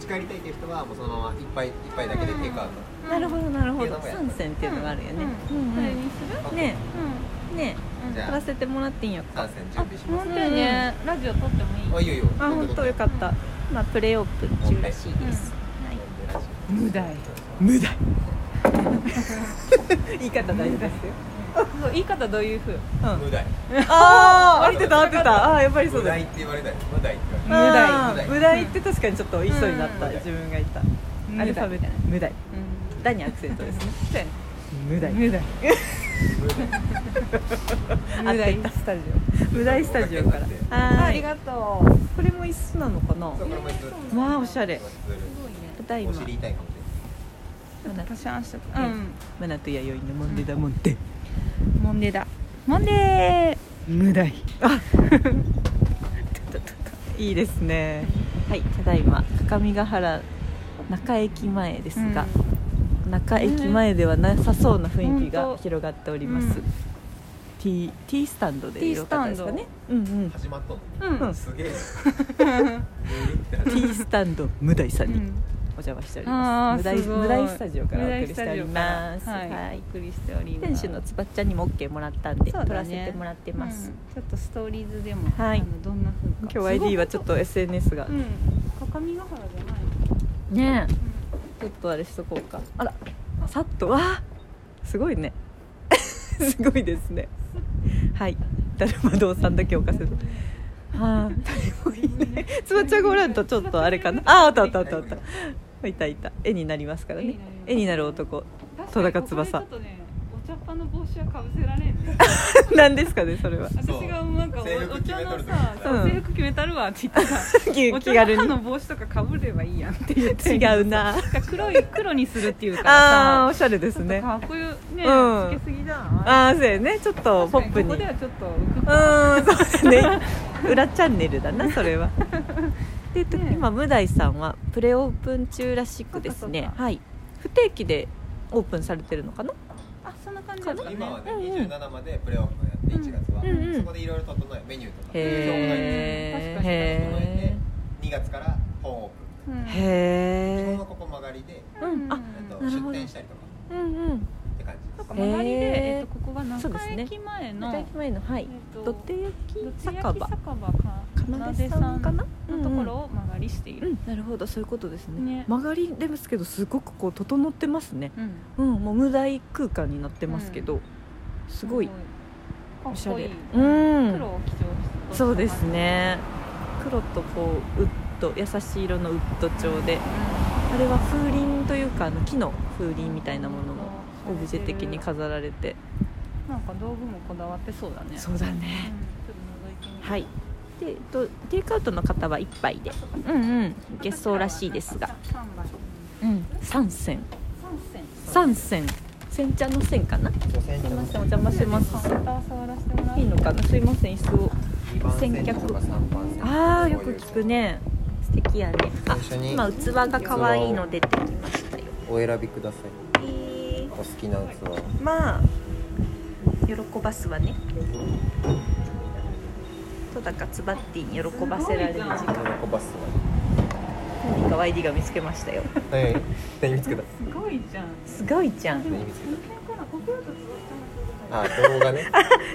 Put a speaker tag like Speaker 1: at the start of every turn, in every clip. Speaker 1: ち帰りたいっていう人はもうそのまま一杯一杯だけでテイクアウ
Speaker 2: うんなるほどなるほど
Speaker 1: っていうのもやっ
Speaker 2: 三
Speaker 1: た
Speaker 2: 線っていうのがあるよね
Speaker 3: う
Speaker 2: うん
Speaker 3: ん
Speaker 2: うん
Speaker 3: それにする
Speaker 1: ト
Speaker 2: ねえね
Speaker 3: うん
Speaker 1: じ
Speaker 2: え
Speaker 1: ゃあ
Speaker 2: 取らせてもらっていいんやっ
Speaker 1: 参
Speaker 2: か
Speaker 1: 戦準
Speaker 3: あ
Speaker 1: 備しま
Speaker 3: 本
Speaker 1: す
Speaker 3: 当にねラジオ撮っても
Speaker 1: あ
Speaker 3: いい
Speaker 1: いいよいいよ
Speaker 2: あ本当よかったまあプレオープン中らしいです
Speaker 3: はい
Speaker 2: 無題無題 言い方大事ですよ
Speaker 3: そう言い方どういうふう
Speaker 2: うん
Speaker 1: 無題
Speaker 2: あー合ってた合ってたあーやっぱりそ
Speaker 1: 無
Speaker 2: うだ
Speaker 1: 題って言われない無題って言われ
Speaker 2: あ
Speaker 1: 無題
Speaker 2: ー無題って確かにちょっと言いそうになった
Speaker 1: うん
Speaker 2: 自分がいた
Speaker 3: 無題
Speaker 2: アルファベット無題
Speaker 3: うん
Speaker 2: だにアクセントですね
Speaker 3: そうやね
Speaker 2: 無題
Speaker 3: 無題無題
Speaker 2: 合ってたスタジオ無題スタジオか
Speaker 1: 音
Speaker 2: ら
Speaker 1: 楽や
Speaker 2: はーい
Speaker 3: あありがとう
Speaker 2: これも一緒なのかな
Speaker 1: そうこれも一緒
Speaker 3: そう
Speaker 2: わあおしゃれ
Speaker 3: すごいね
Speaker 2: ただい
Speaker 1: お
Speaker 2: ま
Speaker 1: 尻痛いかもし
Speaker 3: 私は明日
Speaker 2: う
Speaker 3: うんん
Speaker 2: マナと弥生のモンデダモンデ
Speaker 3: モンデーだモンデ
Speaker 2: 無題あ いいですねはいただいま各務原中駅前で
Speaker 3: ー
Speaker 2: すが、中駅前ではなさそうな雰囲気
Speaker 3: ほ
Speaker 2: が
Speaker 3: んと
Speaker 2: 広がっております、
Speaker 3: うん
Speaker 2: T, T スタンドでよかったですかね
Speaker 3: T
Speaker 2: うんう
Speaker 1: れ
Speaker 2: ん
Speaker 1: ない始まっとん
Speaker 3: うん
Speaker 2: う
Speaker 1: の
Speaker 2: ん
Speaker 1: すげえ
Speaker 2: ティースタンド無題さん
Speaker 3: う
Speaker 2: に
Speaker 3: ん
Speaker 2: お邪魔しており
Speaker 3: あ
Speaker 2: ま
Speaker 3: ー
Speaker 2: す。無題
Speaker 3: すごい
Speaker 2: 無題スタジオからお送りしておりま
Speaker 3: 無題ス
Speaker 2: す。
Speaker 3: タジオから
Speaker 2: は
Speaker 3: はい
Speaker 2: い
Speaker 3: お。送りしております
Speaker 2: 店主のつばっちゃんにも OK もらったんで、
Speaker 3: そ
Speaker 2: 撮
Speaker 3: うだ
Speaker 2: ら
Speaker 3: ね
Speaker 2: せてもらってます。
Speaker 3: うんちょっとストーリーズでも
Speaker 2: はい
Speaker 3: あのどんな風か
Speaker 2: 今日 ID はちょっと SNS が
Speaker 3: うん各務原じゃない
Speaker 2: ねえ、ちょっとあれしとこうか。あら、さっとわあ、すごい ね。すごいですね。はい。だるま堂さんだけ置かせる。はあ、誰もいない。つばっちゃんがおらんとちょっとあれかな。あ、あったあったあったあった。いたいた。絵になりますからね。絵になる男。 戸高翼
Speaker 3: 確かにここでちょっとねお茶っ葉の帽子はかぶせられんね
Speaker 2: 何ですかね、それは。
Speaker 3: 私がもうなんか
Speaker 1: 制
Speaker 3: お
Speaker 1: 服
Speaker 3: お
Speaker 1: 決
Speaker 3: 茶
Speaker 1: めと
Speaker 3: の
Speaker 1: る時
Speaker 3: さ
Speaker 1: に
Speaker 3: そ
Speaker 2: うん
Speaker 3: う制服決めたるわって言ったら
Speaker 2: 気
Speaker 3: お茶
Speaker 2: 気軽に
Speaker 3: の葉の帽子とかかぶればいいやんって言って
Speaker 2: 違うな
Speaker 3: なんか黒い黒にするっていうから
Speaker 2: あーお
Speaker 3: さ
Speaker 2: しゃれで
Speaker 3: ち
Speaker 2: す
Speaker 3: ょっ
Speaker 2: ね
Speaker 3: とかっこよね
Speaker 2: うん
Speaker 3: つけすぎじゃん
Speaker 2: ああそうやねちょっとポップに
Speaker 3: ここではちょっと浮く
Speaker 2: うーんそうだね裏チャンネルだなそれはで、と
Speaker 3: ねえ
Speaker 2: 今無題さんはプレオープン中らしくです
Speaker 3: そっ
Speaker 2: ね
Speaker 3: かそっ
Speaker 2: はい不定期でオープンされてるのかな
Speaker 3: あそんな感じだったね
Speaker 1: 今はね
Speaker 2: うんうん
Speaker 1: 27までプレオープンやって1月は
Speaker 2: うんうん
Speaker 1: そこでいろいろ整えメニューとか
Speaker 2: へ
Speaker 3: ー
Speaker 1: 表もないんです
Speaker 2: へ
Speaker 1: 整えて2月から本オー
Speaker 3: うん
Speaker 2: ー
Speaker 1: プン基
Speaker 2: へ
Speaker 1: 本
Speaker 2: ー
Speaker 1: はここ曲がりで
Speaker 2: うんあ
Speaker 1: えっと
Speaker 2: なるほ
Speaker 1: 出
Speaker 2: ど
Speaker 1: 店したりとか
Speaker 2: うんうん
Speaker 1: って感
Speaker 3: なんか
Speaker 1: じ
Speaker 2: へ
Speaker 1: です
Speaker 2: ー
Speaker 3: 周りで、
Speaker 2: えー
Speaker 3: えっとここが
Speaker 2: そうで
Speaker 3: 中
Speaker 2: すね
Speaker 3: 駅前
Speaker 2: 無
Speaker 3: の、
Speaker 2: 題前のはい
Speaker 3: えっと
Speaker 2: どて焼
Speaker 3: どっ
Speaker 2: き
Speaker 3: ち
Speaker 2: 酒
Speaker 3: 焼き
Speaker 2: 場
Speaker 3: 酒場か
Speaker 2: かなでさんかな
Speaker 3: のところを曲がりしている、
Speaker 2: うんなるほどそういうことですね
Speaker 3: ね
Speaker 2: 曲がりですけどすごくこう整ってますね
Speaker 3: うん
Speaker 2: うんもう無題空間になってますけど、すごい
Speaker 3: か
Speaker 2: お
Speaker 3: っ
Speaker 2: しゃ
Speaker 3: こい
Speaker 2: れ
Speaker 3: い
Speaker 2: うん
Speaker 3: 黒を基調した
Speaker 2: そうですね黒とこうウッド優しい色のウッド調であれは風鈴というかあの木の風鈴みたいなものもオブジェ的に飾られて
Speaker 3: なんか道具もこだわってそうだねう、
Speaker 2: うだ
Speaker 3: ん、ちょ
Speaker 2: ね
Speaker 3: っと覗いてみる
Speaker 2: はいで、えっと、テイクアウトの方は1杯でうんうんいけそうらしいですが
Speaker 3: 3番
Speaker 2: うん3銭
Speaker 3: 3線
Speaker 2: 3銭煎茶の銭かなす
Speaker 1: そう先
Speaker 2: いませんお
Speaker 1: 着
Speaker 2: 邪魔します
Speaker 3: カウンター触らせてもらう
Speaker 2: いいのかなすいません椅子を
Speaker 1: 2番線とか3番線とか
Speaker 2: ああよく聞くね素敵やねあ
Speaker 1: 一緒に
Speaker 2: 今器が可愛いの出てきましたよ、
Speaker 1: お選びください
Speaker 2: え
Speaker 1: お好きな 器を
Speaker 2: ーまあ喜ばすわね戸高つばってん喜ばせられる時間
Speaker 1: 喜ばす
Speaker 2: 何か YD が見つけましたよ
Speaker 1: わはい何見つけた
Speaker 3: すごいじゃん
Speaker 2: すごいじゃん
Speaker 1: 何見つけ
Speaker 3: 向こうからコクヨとつばちゃん
Speaker 1: たあ動画ね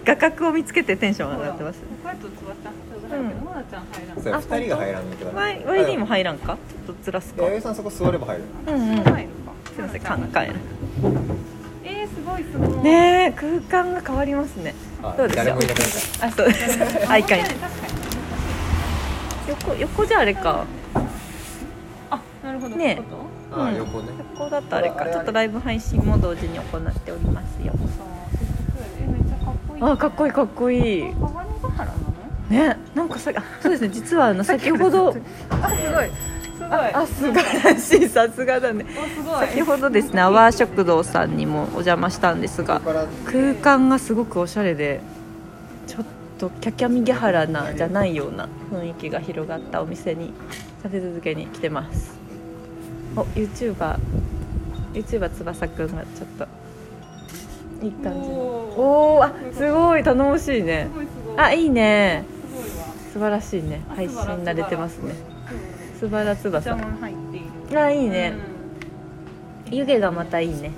Speaker 2: 画角を見つけてテンション
Speaker 3: が
Speaker 2: 上がってます
Speaker 3: コクヨとつばちゃん入るけどモナちゃん入らん
Speaker 1: そう
Speaker 2: あ
Speaker 1: 2人が入らんのけど
Speaker 2: Y- YD も入らんかちょっとずらすか
Speaker 1: 弥生さんそこ座れば入る
Speaker 2: うんう
Speaker 3: 入る
Speaker 2: ん
Speaker 3: か
Speaker 2: すいません考える
Speaker 3: えー、すごいすごい
Speaker 2: ねえ空間が変わりますね
Speaker 1: あ
Speaker 2: そうですよ
Speaker 1: 誰もいなくなっ
Speaker 2: あ そうアイカイン
Speaker 3: 確かに
Speaker 2: 横横じゃあれか
Speaker 3: あなるほど
Speaker 2: ね
Speaker 3: こういうこ
Speaker 1: たあ横
Speaker 3: と
Speaker 2: うん
Speaker 1: ね
Speaker 2: ここだとあれ
Speaker 1: あ
Speaker 2: か
Speaker 1: れあれ
Speaker 2: ちょっとライブ配信も同時に行っておりますよ
Speaker 3: そうえめっちゃかっこいい、
Speaker 2: あかっこいい
Speaker 3: か
Speaker 2: かっこいい
Speaker 3: っこいいヶ原なの
Speaker 2: ねなんかさそうですね実はあの先ほど
Speaker 3: あすごいすごい
Speaker 2: あすがらしいさすがだね
Speaker 3: おすごい
Speaker 2: 先ほどですねアワー食堂さんにもお邪魔したんですが
Speaker 1: ここから
Speaker 2: 空間がすごくおしゃれでちょっとキャキャミゲハラなじゃないような雰囲気が広がったお店に立て続けに来てますお YouTuberYouTuber 翼くんがちょっといい感じの
Speaker 3: おお
Speaker 2: おおーあすごい頼もしいね
Speaker 3: すごいすごい
Speaker 2: あいいね
Speaker 3: すごいわ
Speaker 2: 素晴らしいね配信慣れてますね素晴らつば
Speaker 3: お茶
Speaker 2: さ
Speaker 3: も入っている
Speaker 2: あいいね
Speaker 3: ね、
Speaker 2: 湯気がまたいいね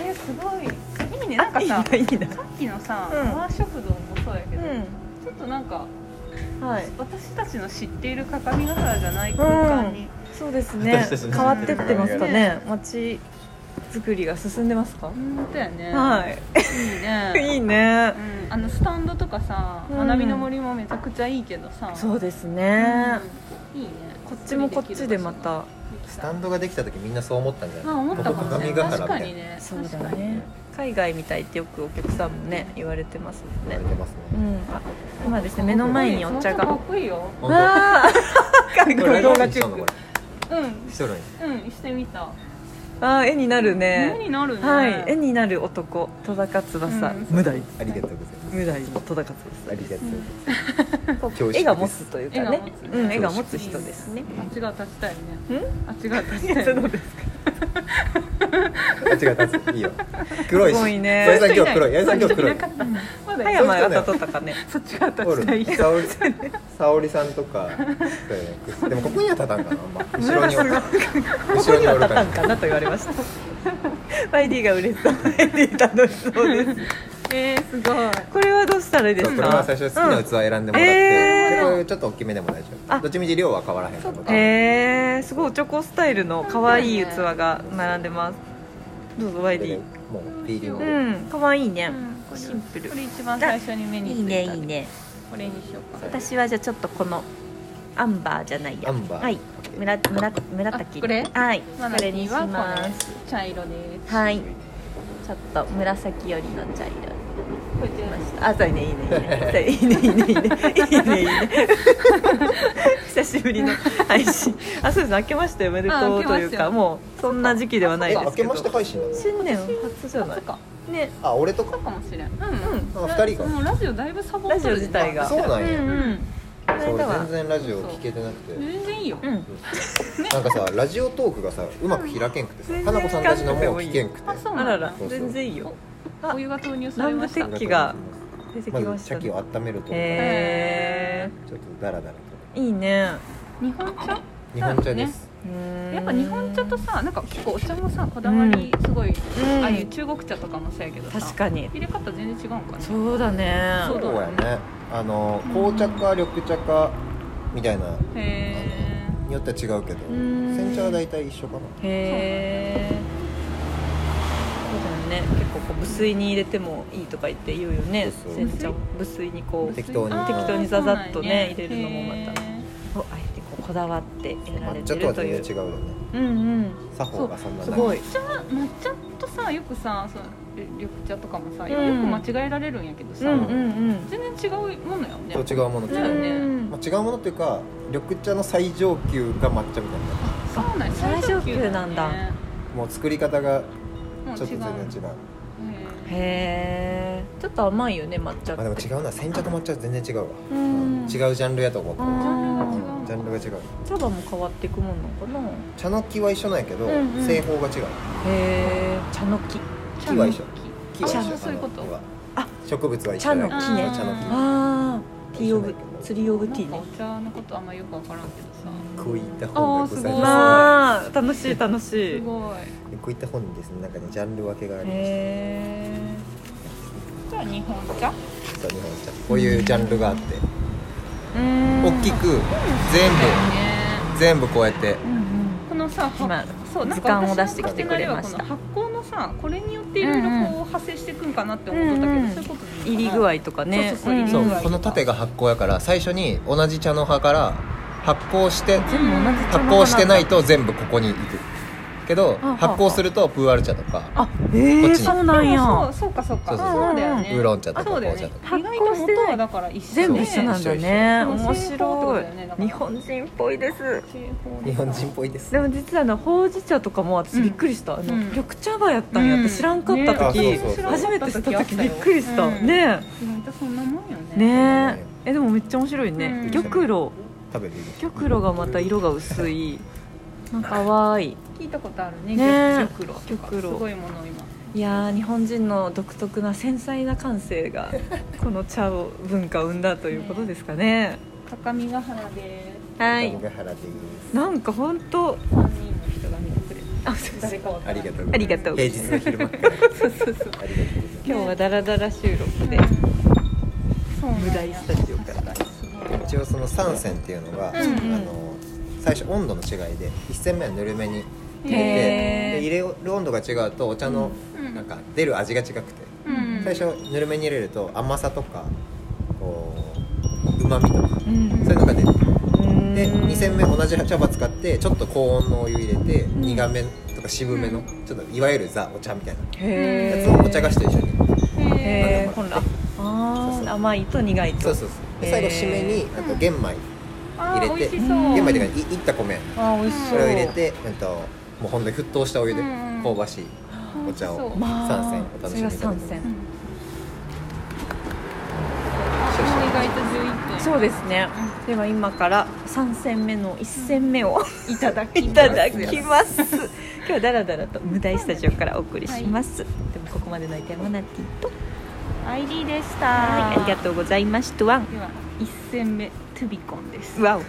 Speaker 3: えすごいいいねなんかさ
Speaker 2: いいないい
Speaker 3: さっきのさ、
Speaker 2: うん
Speaker 3: 和食堂もそうやけど、
Speaker 2: な
Speaker 3: ちょっとなんか
Speaker 2: うんはい
Speaker 3: 私たちの知っている各務原じゃない空間に、
Speaker 2: そうですね
Speaker 1: 私たちの
Speaker 2: 変わってってますかね
Speaker 3: ね
Speaker 2: 街づくりが進んでますか
Speaker 3: う、ん、本当やね、
Speaker 2: はい
Speaker 3: いいね
Speaker 2: いいね
Speaker 3: うん、あのスタンドとかさ、
Speaker 2: うん
Speaker 3: 花火の森もめちゃくちゃいいけどさ
Speaker 2: そうです
Speaker 3: う
Speaker 2: ね
Speaker 3: んいいね
Speaker 2: こっちもこっちでまた
Speaker 1: スタンドができた時みんなそう思ったんじゃない
Speaker 3: まあ思ったかもね
Speaker 1: ここ鏡ヶ
Speaker 3: 確
Speaker 1: 原み
Speaker 3: か
Speaker 1: たい
Speaker 3: に
Speaker 1: な
Speaker 3: ね
Speaker 2: そうだ
Speaker 3: 確かに
Speaker 2: ね海外みたいってよくお客さんもね言われてますもん
Speaker 1: 言
Speaker 2: ね
Speaker 1: われてますね
Speaker 2: うんあ今ですね目の前にお茶
Speaker 3: かっ
Speaker 2: が
Speaker 3: こいいよ
Speaker 1: 本
Speaker 2: わあ海
Speaker 1: 当
Speaker 2: 外動画
Speaker 1: し
Speaker 2: チ
Speaker 1: て
Speaker 2: ェ
Speaker 1: るのこ
Speaker 2: ック
Speaker 1: れ
Speaker 3: う
Speaker 1: しとるんや
Speaker 3: んうんしてみた
Speaker 2: あー絵になる
Speaker 3: 絵
Speaker 2: ね
Speaker 3: になるね
Speaker 2: はい絵になる男戸高翼、
Speaker 3: うん
Speaker 2: 無題
Speaker 1: ありがとうございます
Speaker 2: 無題の戸高
Speaker 1: ありがとうございます
Speaker 2: 翼
Speaker 1: 教師です
Speaker 2: 絵が持つというかね
Speaker 3: 絵が持つ
Speaker 2: うん、絵が持つ人ですね
Speaker 3: あっち側立ちたいね
Speaker 2: ん
Speaker 3: あっち側 立ちたい ね
Speaker 1: あ違う立ついいよ黒いし
Speaker 2: すごいね
Speaker 1: 八重さん今日黒い八重さん今日黒い
Speaker 3: なかったまだ
Speaker 2: 葉
Speaker 3: いる
Speaker 2: 山がたとかね
Speaker 3: そっち側
Speaker 1: お
Speaker 3: 立ちたい
Speaker 1: る沙織
Speaker 3: 人
Speaker 1: 沙織さんとかそうやねでもここには立たんかなあんま後ろにおる
Speaker 2: こ
Speaker 1: 後
Speaker 2: こ
Speaker 1: ろ
Speaker 2: に
Speaker 1: に
Speaker 2: は
Speaker 1: おるか
Speaker 2: 立た
Speaker 1: ら
Speaker 2: んかなと言われました YD が嬉しそう YD 楽しそう です
Speaker 3: えーすごい
Speaker 2: これはどうしたらいいで
Speaker 1: そう
Speaker 2: す
Speaker 1: これは
Speaker 2: か
Speaker 1: 最初好きな器選んでもらって、
Speaker 2: えー
Speaker 1: これちょっと大きめでも大丈
Speaker 2: あ
Speaker 1: 夫どっちみち量は変わらへんと
Speaker 2: うんへえー、すごいおちょこスタイルの可愛い器が並んでますどうぞ
Speaker 1: でね
Speaker 2: YD
Speaker 1: もうピーリングで、
Speaker 2: うん可愛いね、シ
Speaker 3: シ
Speaker 2: ンプル
Speaker 3: これ一番最初に目についた
Speaker 2: ね
Speaker 3: これにしようか
Speaker 2: 私はじゃあちょっとこのアンバーじゃないや
Speaker 1: アンバー
Speaker 2: はい村村紫
Speaker 3: あこれ
Speaker 2: はい
Speaker 3: マナ
Speaker 2: こ
Speaker 3: テ
Speaker 2: れ
Speaker 3: ィー
Speaker 2: にし
Speaker 3: はこ
Speaker 2: ま
Speaker 3: の
Speaker 2: す
Speaker 3: 茶色です
Speaker 2: はいちょっと紫寄りの茶色に
Speaker 3: こち
Speaker 2: し
Speaker 3: ら
Speaker 2: ましたあそうねいいねいいねそういいねいいねいいねいいねい いね久しぶりの配信あそうです明けましておめで
Speaker 3: あ
Speaker 2: と
Speaker 3: 明
Speaker 2: う
Speaker 3: け
Speaker 2: と
Speaker 3: ま
Speaker 2: い
Speaker 3: し
Speaker 2: う
Speaker 3: て
Speaker 2: かもうそんな時期ではないで
Speaker 1: あ明
Speaker 2: すけ
Speaker 1: け
Speaker 2: ど
Speaker 1: まして配信だ
Speaker 2: 新年初じゃない
Speaker 3: そっか
Speaker 2: ね
Speaker 1: あ俺とか
Speaker 3: そうかもしれんうん
Speaker 2: う
Speaker 1: あ二人か
Speaker 3: もうラジオだいぶサボっ
Speaker 2: ラ
Speaker 3: て
Speaker 2: ジオ
Speaker 3: る
Speaker 2: 自体が
Speaker 1: そうなん
Speaker 3: う
Speaker 1: や、
Speaker 3: んうん
Speaker 2: こ
Speaker 1: そ
Speaker 2: の
Speaker 1: う俺
Speaker 2: 間は
Speaker 1: 全然ラジオ聞けてなくて
Speaker 3: 全然いいよ
Speaker 2: うん
Speaker 1: なんかさラジオトークがさうまく開けんくてさ
Speaker 2: 全然
Speaker 1: 花子さんたちのもう聞けんくて
Speaker 3: あそう
Speaker 2: あ
Speaker 3: なん
Speaker 2: ら
Speaker 3: だ
Speaker 2: ら
Speaker 1: そうそう
Speaker 2: 全然いいよ
Speaker 3: お湯が投入されまし
Speaker 2: あ
Speaker 3: た
Speaker 2: なん気が出てき
Speaker 1: ま
Speaker 2: ま
Speaker 1: ず
Speaker 2: し
Speaker 1: 茶
Speaker 2: た
Speaker 1: 器を
Speaker 2: ね
Speaker 1: 温めると、
Speaker 2: へ
Speaker 1: ちょっとダラダラと
Speaker 2: えいいね
Speaker 3: 日本茶
Speaker 1: 日本茶です、
Speaker 2: や
Speaker 3: やっぱ日本茶とさなんか結構お茶もさこだわりすごい、
Speaker 2: ん
Speaker 3: ああいう中国茶とかもそうやけどさ
Speaker 2: 確かに
Speaker 3: 入れ方全然違うんかね
Speaker 2: そうだね
Speaker 3: そう
Speaker 1: そうやねあの紅茶か緑茶かみたいな
Speaker 3: へ
Speaker 1: によっては違うけど
Speaker 2: うん
Speaker 1: 煎茶は大体一緒かな
Speaker 2: へえそうだよね結構こう無水に入れてもいいとか言って言うよね
Speaker 1: そうそう
Speaker 2: 煎茶を無水にこう
Speaker 1: 適当に
Speaker 3: あー
Speaker 1: 適
Speaker 2: 当にザザッ
Speaker 3: そ
Speaker 2: とね
Speaker 3: うなんや
Speaker 2: 入れるのもまた
Speaker 3: へ
Speaker 2: あえてこうこだわってやられ
Speaker 1: 抹
Speaker 2: て
Speaker 1: 茶とは
Speaker 2: るとい
Speaker 1: 全
Speaker 2: う
Speaker 1: 然違うよね
Speaker 2: うんうん
Speaker 1: 作法がそんな
Speaker 2: す
Speaker 1: ない
Speaker 2: ごい
Speaker 3: ー抹茶とさよくさその緑茶とかもさ、
Speaker 2: うん
Speaker 3: よく間違えられるんやけど
Speaker 2: う
Speaker 3: さ、
Speaker 2: んうん
Speaker 3: 全然違うものやんね
Speaker 1: そう違うもの違
Speaker 3: そう
Speaker 1: うも
Speaker 3: だよ
Speaker 1: の、
Speaker 3: ね
Speaker 2: うん
Speaker 1: まあ、違うものっていうか緑茶の最上級が抹茶みたいな
Speaker 3: そうなんや
Speaker 2: 最上級なんだ
Speaker 3: ね
Speaker 1: もう作り方がちょ
Speaker 3: も
Speaker 1: っ
Speaker 3: う
Speaker 1: と
Speaker 3: 違う
Speaker 1: 全然違う
Speaker 3: へー
Speaker 2: へえちょっと甘いよね抹茶っ
Speaker 1: まあでも違
Speaker 2: て
Speaker 1: うな煎茶と抹茶は全然違うわ、
Speaker 2: うん
Speaker 1: 違うジャンルやと思う、
Speaker 2: うん
Speaker 1: ジャンルが違う
Speaker 2: 茶葉も変わっていくもんなのかな
Speaker 1: 茶の木は一緒なんやけど、
Speaker 2: うんうん
Speaker 1: 製法が違う
Speaker 2: へえ茶の木
Speaker 1: 木は一緒木は一
Speaker 3: 茶
Speaker 1: 緒
Speaker 3: そういうこ
Speaker 1: あの木
Speaker 3: と
Speaker 1: は
Speaker 2: あ
Speaker 1: 植物は一緒
Speaker 2: 茶の
Speaker 1: やけど
Speaker 2: 木ね
Speaker 1: 茶の木
Speaker 2: ああティーオブ釣りオブ
Speaker 3: な
Speaker 2: ティ
Speaker 3: ん
Speaker 2: ー
Speaker 3: か
Speaker 2: ね
Speaker 3: お茶のことあんまよくわからんけどさ
Speaker 1: こういった本がございま
Speaker 2: まあ楽しい楽し
Speaker 3: す
Speaker 2: い
Speaker 3: ごい
Speaker 1: すこういった本にですねなんかねジャンル分けがありまし
Speaker 2: へ
Speaker 3: じゃあ日本
Speaker 1: た
Speaker 3: 茶
Speaker 1: そう日本茶こういうジャンルがあって
Speaker 2: えうん
Speaker 1: 大きく全
Speaker 3: ね
Speaker 1: 部全部こうやって
Speaker 2: うんうん
Speaker 3: このさ発
Speaker 2: 今
Speaker 3: そうなん
Speaker 2: 図
Speaker 3: か
Speaker 2: 鑑を
Speaker 3: 私の
Speaker 2: 出してきてくれました
Speaker 3: この発酵のさこれによっていろいろこう
Speaker 2: うんうん
Speaker 3: 派生していくんかなって思っとったけど、
Speaker 2: うんうん
Speaker 3: そういうこと
Speaker 2: 入り具合とかね
Speaker 3: そうそうそう
Speaker 2: うん
Speaker 1: そう
Speaker 3: うん
Speaker 1: この縦が発酵やから最初に同じ茶の葉から発酵して
Speaker 2: 全部同じ茶
Speaker 1: 発
Speaker 2: の
Speaker 1: 酵してないと全部ここに行くけど
Speaker 2: あはあ
Speaker 1: 発酵するとプーアル茶とか
Speaker 2: あえ
Speaker 1: こっ
Speaker 2: え
Speaker 1: ちに
Speaker 2: そうなん
Speaker 3: そう
Speaker 2: や
Speaker 3: そうかそうか
Speaker 1: そうそう
Speaker 2: そう
Speaker 3: だよね
Speaker 1: ウーロン茶とか
Speaker 3: あそうだよ
Speaker 1: 紅
Speaker 3: ね
Speaker 1: 茶と
Speaker 2: か
Speaker 3: 意外と
Speaker 2: 発酵して
Speaker 3: 元
Speaker 2: ない
Speaker 3: はだから一緒
Speaker 2: 全部一緒なんだね
Speaker 3: そう
Speaker 2: 面
Speaker 3: 製法ってこと
Speaker 2: 白い
Speaker 3: だよねだから
Speaker 2: 日本人っぽいです
Speaker 1: 日本人っぽいです
Speaker 2: でも実はあのほうじ茶とかも私びっくりした、あの
Speaker 3: うん
Speaker 2: 緑茶葉やったんやって知らんかった時、
Speaker 1: ねあそうそうそう
Speaker 2: 初めて知った時びっくりした、ね
Speaker 3: 意外とそんなもんよ
Speaker 2: えね
Speaker 3: ね
Speaker 2: ええでもめっちゃ面白いね、
Speaker 3: うん
Speaker 2: 玉露
Speaker 1: 食べていいですか
Speaker 2: 玉露がまた色が薄いなんか淡い
Speaker 3: 聞いたことあるね
Speaker 2: ねえ
Speaker 3: 玉露とか
Speaker 2: 玉露
Speaker 3: すごいものを今
Speaker 2: いやー日本人の独特な繊細な感 性がこの茶を文化を生んだということですかね
Speaker 3: 各務原で
Speaker 2: は
Speaker 1: はい原です
Speaker 2: なんか本
Speaker 3: 三
Speaker 2: 当
Speaker 3: 人の人が見てくれる
Speaker 2: あそうそう
Speaker 3: 誰かわか
Speaker 1: あ
Speaker 3: らな
Speaker 1: り
Speaker 3: い
Speaker 1: がとう
Speaker 2: ありがとう
Speaker 1: 平日の昼間からありがとう
Speaker 3: そうそうそ
Speaker 1: ござい
Speaker 3: う
Speaker 1: ます
Speaker 2: 今日はダラダラ収録で、
Speaker 3: そうなんや
Speaker 2: 無題スタジオから
Speaker 3: 確にすごい
Speaker 1: 一応その3線っていうのが、
Speaker 3: うんうん
Speaker 1: あの最初温度の違いで1煎目はぬるめに入れ
Speaker 2: へー
Speaker 1: てで入れる温度が違うとお茶の
Speaker 3: うん
Speaker 1: なんか出る味が違くて、
Speaker 3: うん
Speaker 1: 最初ぬるめに入れると甘さとかこううまみとか
Speaker 2: う
Speaker 1: そういうのが出る
Speaker 2: ん
Speaker 1: で2煎目同じ茶葉使ってちょっと高温のお湯入れて
Speaker 2: ん
Speaker 1: 苦めとか渋めのちょっといわゆるザお茶みたいな
Speaker 2: へ
Speaker 1: や
Speaker 2: え
Speaker 1: つをお茶菓子と一緒に
Speaker 3: へ
Speaker 2: へえ
Speaker 1: 真
Speaker 2: ほ
Speaker 1: ん
Speaker 2: ら
Speaker 1: 中
Speaker 2: あ
Speaker 1: そうそう
Speaker 2: ー甘いと苦いと
Speaker 1: そうそうそうで最後締めにあと玄米
Speaker 3: ーあー
Speaker 1: 入れて
Speaker 3: 美味しそう
Speaker 2: う
Speaker 1: 玄米っていうかいいった米
Speaker 2: あー美味しそう
Speaker 1: それを入れて、うんと、もうほんとに沸騰したお湯で
Speaker 3: うんうん
Speaker 1: 香ばしいお茶を
Speaker 3: そう
Speaker 2: まあ
Speaker 1: 三煎お楽しみいただきます
Speaker 2: それが
Speaker 3: うん
Speaker 2: 三
Speaker 3: あもう意外と11点
Speaker 2: そうですねでは今から3戦目の1戦目を
Speaker 3: いただき
Speaker 2: いただきます今日はダラダラと無題スタジオからお送りします、でもここまでの相手はマナティと
Speaker 3: ID でした
Speaker 2: はいありがとうございましたワン
Speaker 3: では一戦目トゥビコンです
Speaker 2: ワオ